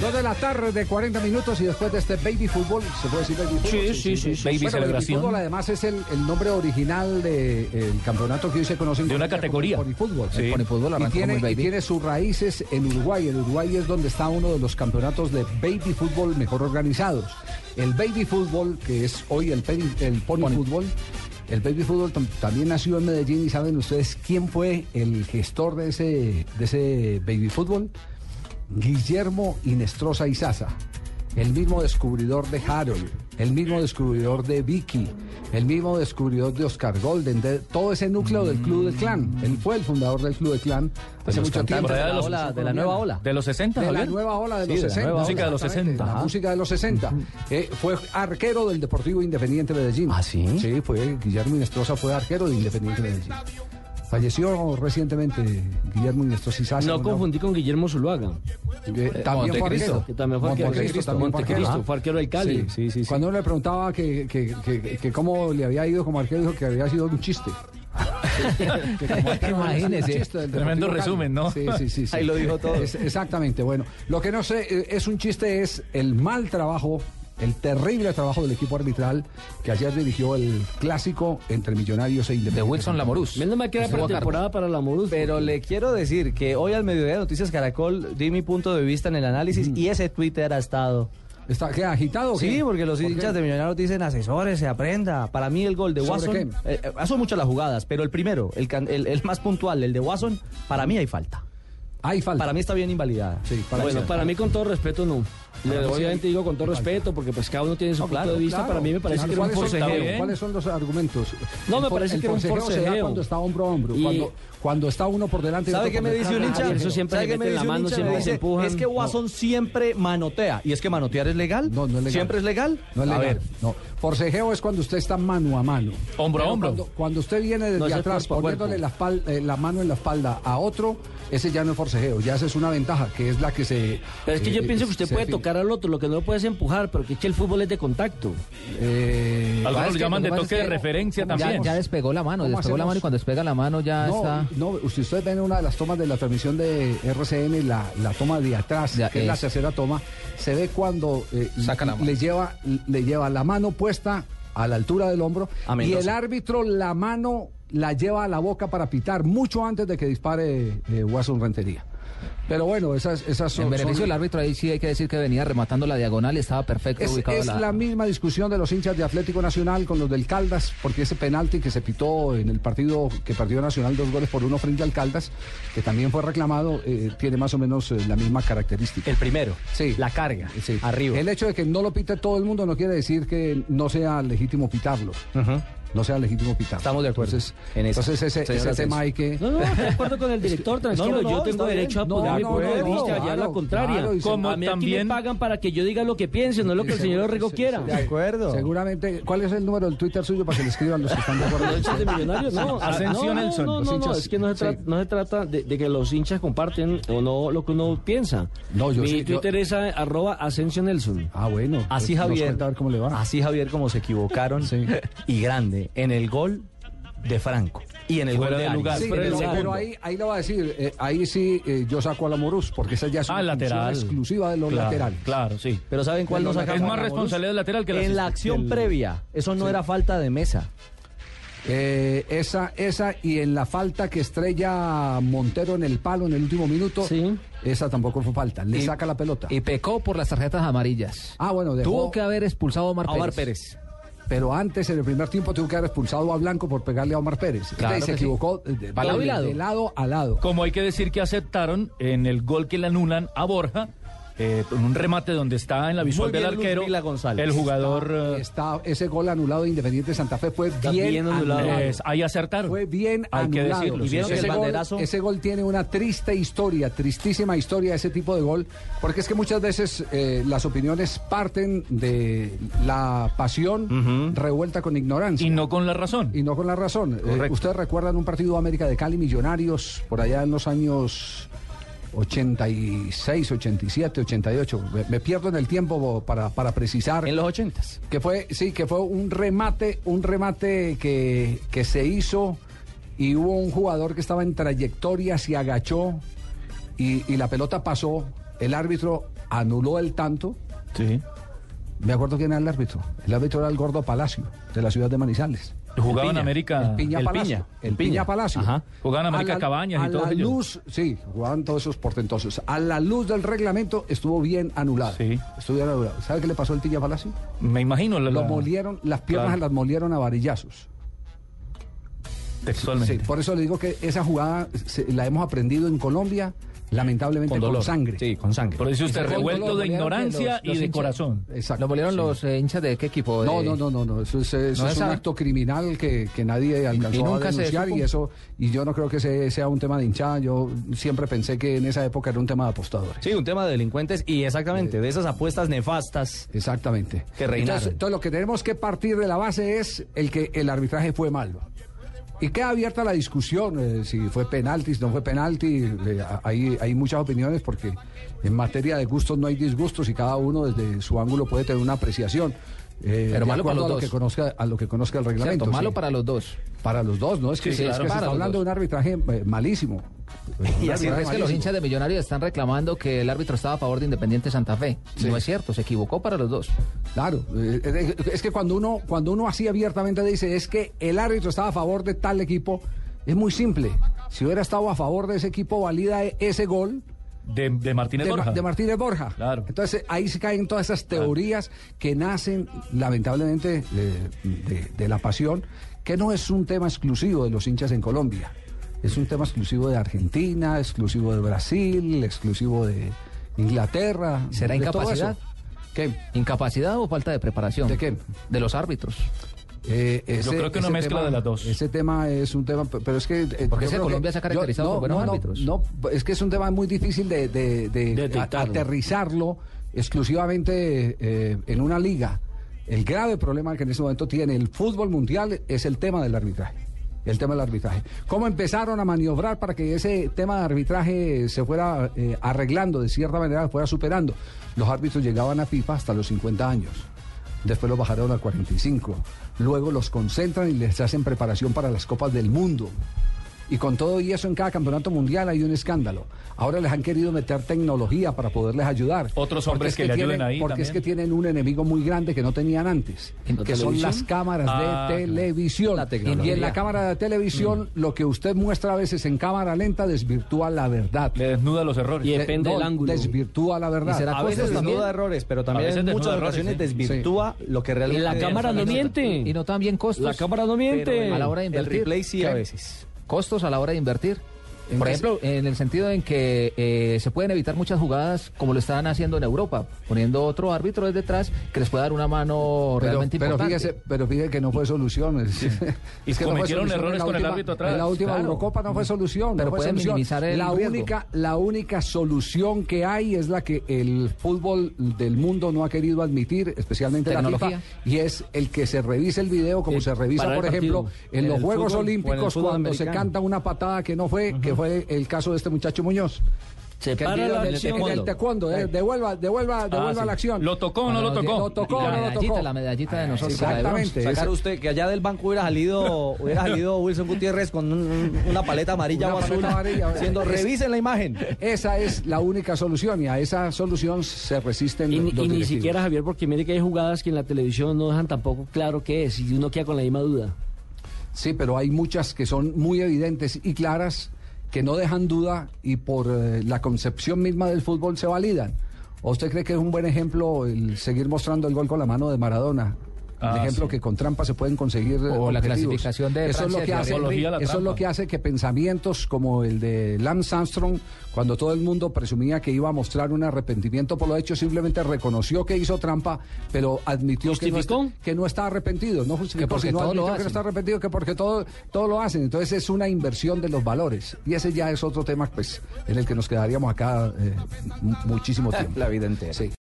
Dos de la tarde, 40 minutos y después de este baby fútbol, ¿se puede decir baby fútbol? Sí, sí, sí, sí. Baby Baby celebración. fútbol además es el, el nombre original del campeonato que hoy se conoce en De una Colombia categoría. como ponifútbol. Sí. El ponifútbol Y arranca como tiene- el baby. y y tiene sus raíces en Uruguay. En Uruguay es donde está uno de los campeonatos de baby fútbol mejor organizados. El baby fútbol, que es hoy el, peri- el ponifútbol, el baby fútbol tam- también nació en Medellín y saben ustedes quién fue el gestor de ese, de ese baby fútbol. Guillermo Inestrosa Izaza, el mismo descubridor de Harold, el mismo descubridor de Vicky, el mismo descubridor de Oscar Golden, de todo ese núcleo del Club del Clan. Él fue el fundador del Club del Clan hace los mucho tiempo. cantantes de la Música ola- de la colombiana. nueva ola. De los 60, De la Javier. nueva ola de Sí, los de la 60. nueva Música de los exactamente, 60. La Ajá. música de los 60. Eh, fue arquero del Deportivo Independiente Medellín. ¿Ah, sí? Sí, fue Guillermo Inestrosa fue arquero de Independiente Medellín. Falleció recientemente Guillermo Inestrosa Izaza. No con una- confundí con Guillermo Zuluaga. Eh, también fue Montecristo. arquero. Que también fue arquero. Montecristo, también fue Montecristo, arquero. fue arquero del Cali. Sí, sí, sí, sí. Cuando uno le preguntaba que, que, que- que cómo le había ido como arquero, dijo que había sido un chiste. Que como arquero había sido un Imagínese. chiste del Tremendo Deportivo Cali. resumen, ¿no? Sí, sí, sí, sí. Ahí lo dijo todo. Es- exactamente, bueno. Lo que no sé eh, es un chiste, es el mal trabajo, el terrible trabajo del equipo arbitral que ayer dirigió el clásico entre Millonarios e Independiente. De Wilson Lamorús. Menos mal que era Estuvo a cargo. pretemporada para la Morus. Pero le quiero decir que hoy al mediodía de Noticias Caracol di mi punto de vista en el análisis y ese Twitter ha estado. ¿Está qué, agitado? o qué? Sí, porque los ¿Por qué? hinchas de Millonarios dicen asesores, se aprenda. Para mí el gol de ¿Sobre Watson. qué? eh, eh, son muchas las jugadas, pero el primero, el, can- el- el más puntual, el de Watson, para mí hay falta. Hay falta. Para mí está bien invalidada. Sí, para Bueno, mí- para mí con todo respeto no. Le- mí sí. obviamente digo con todo respeto porque pues cada uno tiene su No, punto claro, de vista. Claro, para mí me parece claro, que era un ¿eh? ¿cuáles son- forcejeo. está bien. ¿Cuáles son los argumentos? No, El me for- parece el que era un se da forcejeo. cuando está hombro a hombro, Y- cuando, cuando está uno por delante. y ¿Sabe otro qué por me detrás. dice un hincha? Javier, eso siempre ¿Sabe le qué meten la un mano, hincha? siempre Me se dice, empujan. Es que Watson siempre manotea. ¿Y es que manotear es legal? No, no es legal. ¿Siempre es legal? No es A legal. ver, No. Forcejeo es cuando usted está mano a mano. Hombro a Pero hombro. Cuando, cuando usted viene desde No, ese es atrás cuerpo a cuerpo. poniéndole la, espal- eh, la mano en la espalda a otro, ese ya no es forcejeo, ya esa es una ventaja, que es la que se. Pero es que eh, yo pienso que se usted puede define. tocar al otro, lo que no lo puede es empujar, pero que es que el fútbol es de contacto. Eh, Algunos es lo que- llaman de es toque que- de referencia ¿cómo también. hacemos? Ya despegó la mano, ¿Cómo despegó la hacemos? mano y cuando despega la mano ya no, no, si ustedes ven una de las tomas de la transmisión de RCN, la, la toma de atrás, Ya, que es la es. tercera toma, se ve cuando eh, Saca la mano. le, lleva, le lleva la mano puesta a la altura del hombro A y Mendoza. el árbitro la mano la lleva a la boca para pitar mucho antes de que dispare eh, Watson Rentería. Pero bueno, esas, esas son... En beneficio son- del árbitro, ahí sí hay que decir que venía rematando la diagonal y estaba perfecto es, ubicado es la- la misma discusión de los hinchas de Atlético Nacional con los del Caldas, porque ese penalti que se pitó en el partido que perdió Nacional dos goles por uno frente al Caldas, que también fue reclamado, eh, tiene más o menos eh, la misma característica. El primero. Sí. La carga. Sí. Arriba. El hecho de que no lo pite todo el mundo no quiere decir que no sea legítimo pitarlo. Ujú. No sea legítimo pitarlo. Estamos de acuerdo Entonces, en eso, entonces ese, señor ese Asensio. tema hay que... No, no, estoy de acuerdo con el director, tranquilo, No, no, yo no, tengo está derecho a bien. No, poner mi no, punto no, de no, vista, ya claro, la contraria. claro, y como a mí aquí también- me pagan para que yo diga lo que piense, no lo que el señor Orrego quiera. De acuerdo. Seguramente, ¿cuál es el número del Twitter suyo para que le escriban los que están de acuerdo? con hinchas usted? de Millonarios, no. Asensio no, no, Nelson, No, los no, no, hinchas. es que no se, tra- Sí. no se trata de, de que los hinchas comparten o no lo que uno piensa. No, yo Mi sí, yo- Twitter es a- arroba Asensio Nelson. Ah, bueno. pues, Así nos Javier, Ah, cuenta a ver cómo le va. así Javier como se equivocaron y grande en el gol de Franco y en el Fuera gol de de lugar, Arias. Sí, fuera pero, del pero segundo. ahí, ahí lo va a decir, eh, ahí sí eh, yo saco a la Morús, porque esa ya es Ah, una lateral. función exclusiva de los Claro, laterales. Claro, sí. Pero ¿saben cuál Pero nos la- sacamos? Es más a Morús? responsabilidad del lateral que la En la asist- acción del- previa, eso no Sí. era falta de mesa. Eh, esa, esa y en la falta que estrella Montero en el palo en el último minuto, Sí. esa tampoco fue falta, le Y- saca la pelota. Y pecó por las tarjetas amarillas. ah, bueno, dejó- Tuvo que haber expulsado a Omar, A Omar Pérez. Pérez. pero antes en el primer tiempo tuvo que haber expulsado a Blanco por pegarle a Omar Pérez. Claro Entonces, se que sí. equivocó eh, de, de- Para lado y de- lado. de lado a lado. Como hay que decir que aceptaron en el gol que le anulan a Borja, eh, con un remate donde está en la visual Muy bien, del arquero, Luzmila González. el jugador... eh, Está, ese gol anulado de Independiente Santa Fe fue Está bien, bien anulado. anulado. es- ahí acertaron. Fue bien Hay que anulado. decirlo, Y sí, vieron sí, que sí. el ese, gol, banderazo- ese gol tiene una triste historia, tristísima historia, ese tipo de gol, porque es que muchas veces eh, las opiniones parten de la pasión revuelta con ignorancia. Y no con la razón. Y no con la razón. Eh, Correcto. Ustedes recuerdan un partido de América de Cali Millonarios por allá en los años 86, 87, 88. Me, me pierdo en el tiempo para, para precisar. En los ochentas. Que fue, sí, que fue un remate, un remate que, que se hizo y hubo un jugador que estaba en trayectoria, se agachó y, y la pelota pasó. El árbitro anuló el tanto. Sí. Me acuerdo quién era el árbitro. El árbitro era el Gordo Palacio, de la ciudad de Manizales. Jugaba en Piña, América. el Piña el Palacio. Piña, el el Piña, Piña. Palacio. Ajá. Jugaban América la- Cabañas y a todos la ellos. luz, sí, jugaban todos esos portentosos. A la luz del reglamento estuvo bien anulado. Sí. Estuvo bien anulado. ¿Sabe qué le pasó al Piña Palacio? Me imagino. La, Lo la- molieron, las piernas Claro. las molieron a varillazos. Textualmente. Sí, por eso le digo que esa jugada se- la hemos aprendido en Colombia, lamentablemente con, dolor. sangre. Sí, con sangre. Por eso Y usted se- revuelto lo de golearon ignorancia que los- y los de hinchas- corazón. Exacto. ¿Lo volvieron Sí. los eh, hinchas de qué equipo? No, De- no, no, no, no, Eso es, eso ¿No es es un esa? acto criminal que, que nadie alcanzó Y nunca a se denunciar y supo. eso, y yo no creo que ese sea un tema de hinchada. Yo siempre pensé que en esa época era un tema de apostadores. Sí, un tema de delincuentes y exactamente de esas apuestas nefastas. Exactamente. Que reinaron. Entonces, entonces lo que tenemos que partir de la base es el que el arbitraje fue malo. Y queda abierta la discusión eh, si fue penalti, si no fue penalti. eh, a- hay, hay muchas opiniones porque en materia de gustos no hay disgustos y cada uno desde su ángulo puede tener una apreciación. eh, de Pero malo para acuerdo los a lo dos. que conozca a lo que conozca el reglamento. Cierto, malo sí. para los dos. Para los dos, ¿no? Es que, Sí, es claro, que se para está los hablando de dos. un arbitraje eh, malísimo. Y así Claro, Sí, es que los malísimo. hinchas de Millonarios están reclamando que el árbitro estaba a favor de Independiente Santa Fe. No es cierto, se equivocó para los dos. Claro, eh, eh, es que cuando uno, cuando uno así abiertamente dice es que el árbitro estaba a favor de tal equipo, es muy simple. Si hubiera estado a favor de ese equipo, valida e- ese gol De, de Martínez de, Ma- Borja. de Martínez Borja. Claro. Entonces eh, ahí se caen todas esas teorías que nacen lamentablemente eh, de, de la pasión, que no es un tema exclusivo de los hinchas en Colombia. Es un tema exclusivo de Argentina, exclusivo de Brasil, exclusivo de Inglaterra. ¿Será de todo incapacidad? eso. ¿Qué? ¿Incapacidad o falta de preparación? ¿De qué? De los árbitros. Eh, ese- creo que ese una mezcla tema- de las dos. Ese tema es un tema, pe- pero es que... eh, Porque yo ese creo Colombia se ha caracterizado por buenos no, no, árbitros. No, es que es un tema muy difícil de, de- de Detectarlo. a- aterrizarlo exclusivamente eh, en una liga. El grave problema que en ese momento tiene el fútbol mundial es el tema del arbitraje. El tema del arbitraje. ¿Cómo empezaron a maniobrar para que ese tema de arbitraje se fuera eh, arreglando, de cierta manera, fuera superando? Los árbitros llegaban a FIFA hasta los 50 años. Después los bajaron a 45. Luego los concentran y les hacen preparación para las Copas del Mundo. Y con todo y eso en cada campeonato mundial hay un escándalo. Ahora les han querido meter tecnología para poderles ayudar. Otros Porque hombres es que le ayuden tienen- ahí Porque también. es que tienen un enemigo muy grande que no tenían antes, ¿En que son televisión? las cámaras Ah, de televisión. La y tecnología. Mm. en la cámara de televisión lo que usted muestra a veces en cámara lenta desvirtúa la verdad. Le desnuda los errores. Y depende No, del ángulo. Desvirtúa la verdad. ¿Y será A Acoso veces también. desnuda errores, pero A también veces en desnuda muchas errores, ocasiones sí. desvirtúa lo que realmente La es. cámara no miente. Y no también costos. La cámara no miente. a la hora de El invertir. replay sí a ¿Qué? veces. Costos a la hora de invertir. ¿En Por qué ejemplo, en el sentido en que eh, se pueden evitar muchas jugadas como lo están haciendo en Europa, poniendo otro árbitro desde detrás que les pueda dar una mano Pero- realmente pero, importante. fíjese, pero fíjese que no fue solución. Es, Y es que no fue cometieron solución en errores la con el última- árbitro atrás. En la última Claro. Eurocopa no fue solución. no Pero fue pueden solución. minimizar el la riesgo. única La única solución que hay es la que el fútbol del mundo no ha querido admitir, especialmente la FIFA, Tecnología. y es el que se revise el video como Eh, se revisa, parar el por ejemplo, partido. en En los el Juegos fútbol o en el Olímpicos fútbol cuando se americano. canta una patada que no fue, que fue el caso de este muchacho Muñoz. Se Que el para video la del- acción. en el taekwondo, eh, devuelva, devuelva, devuelva sí. la acción. ¿Lo tocó o no lo tocó? Lo tocó, la no lo medallita, tocó. la medallita de nosotros. la de bronce. Exactamente. Sacar ese- usted que allá del banco hubiera salido, hubiera salido Wilson Gutiérrez con un- un- una paleta amarilla Una o azul, paleta amarilla, ¿verdad? diciendo Es- revisen la imagen. Esa es la única solución y a esa solución se resisten Y, los ni- y ni directivos. siquiera Javier, porque mire que hay jugadas que en la televisión no dejan tampoco claro qué es y uno queda con la misma duda. Sí, pero hay muchas que son muy evidentes y claras que no dejan duda y por eh, la concepción misma del fútbol se validan. ¿O usted cree que es un buen ejemplo el seguir mostrando el gol con la mano de Maradona? Ah, el ejemplo sí. que con trampa se pueden conseguir. eh, O la objetivos. clasificación de eso es lo Francia, que la hace, apología a la Eso es lo trampa. que hace que pensamientos como el de Lance Armstrong, cuando todo el mundo presumía que iba a mostrar un arrepentimiento por lo hecho, simplemente reconoció que hizo trampa, pero admitió que no, ¿Justificó? está, que no está arrepentido. No justificó, porque sino todo lo admitió que no hacen. está arrepentido que porque todo, todo lo hacen. Entonces es una inversión de los valores. Y ese ya es otro tema pues, en el que nos quedaríamos acá eh, mu- muchísimo tiempo. La vida entera. Sí.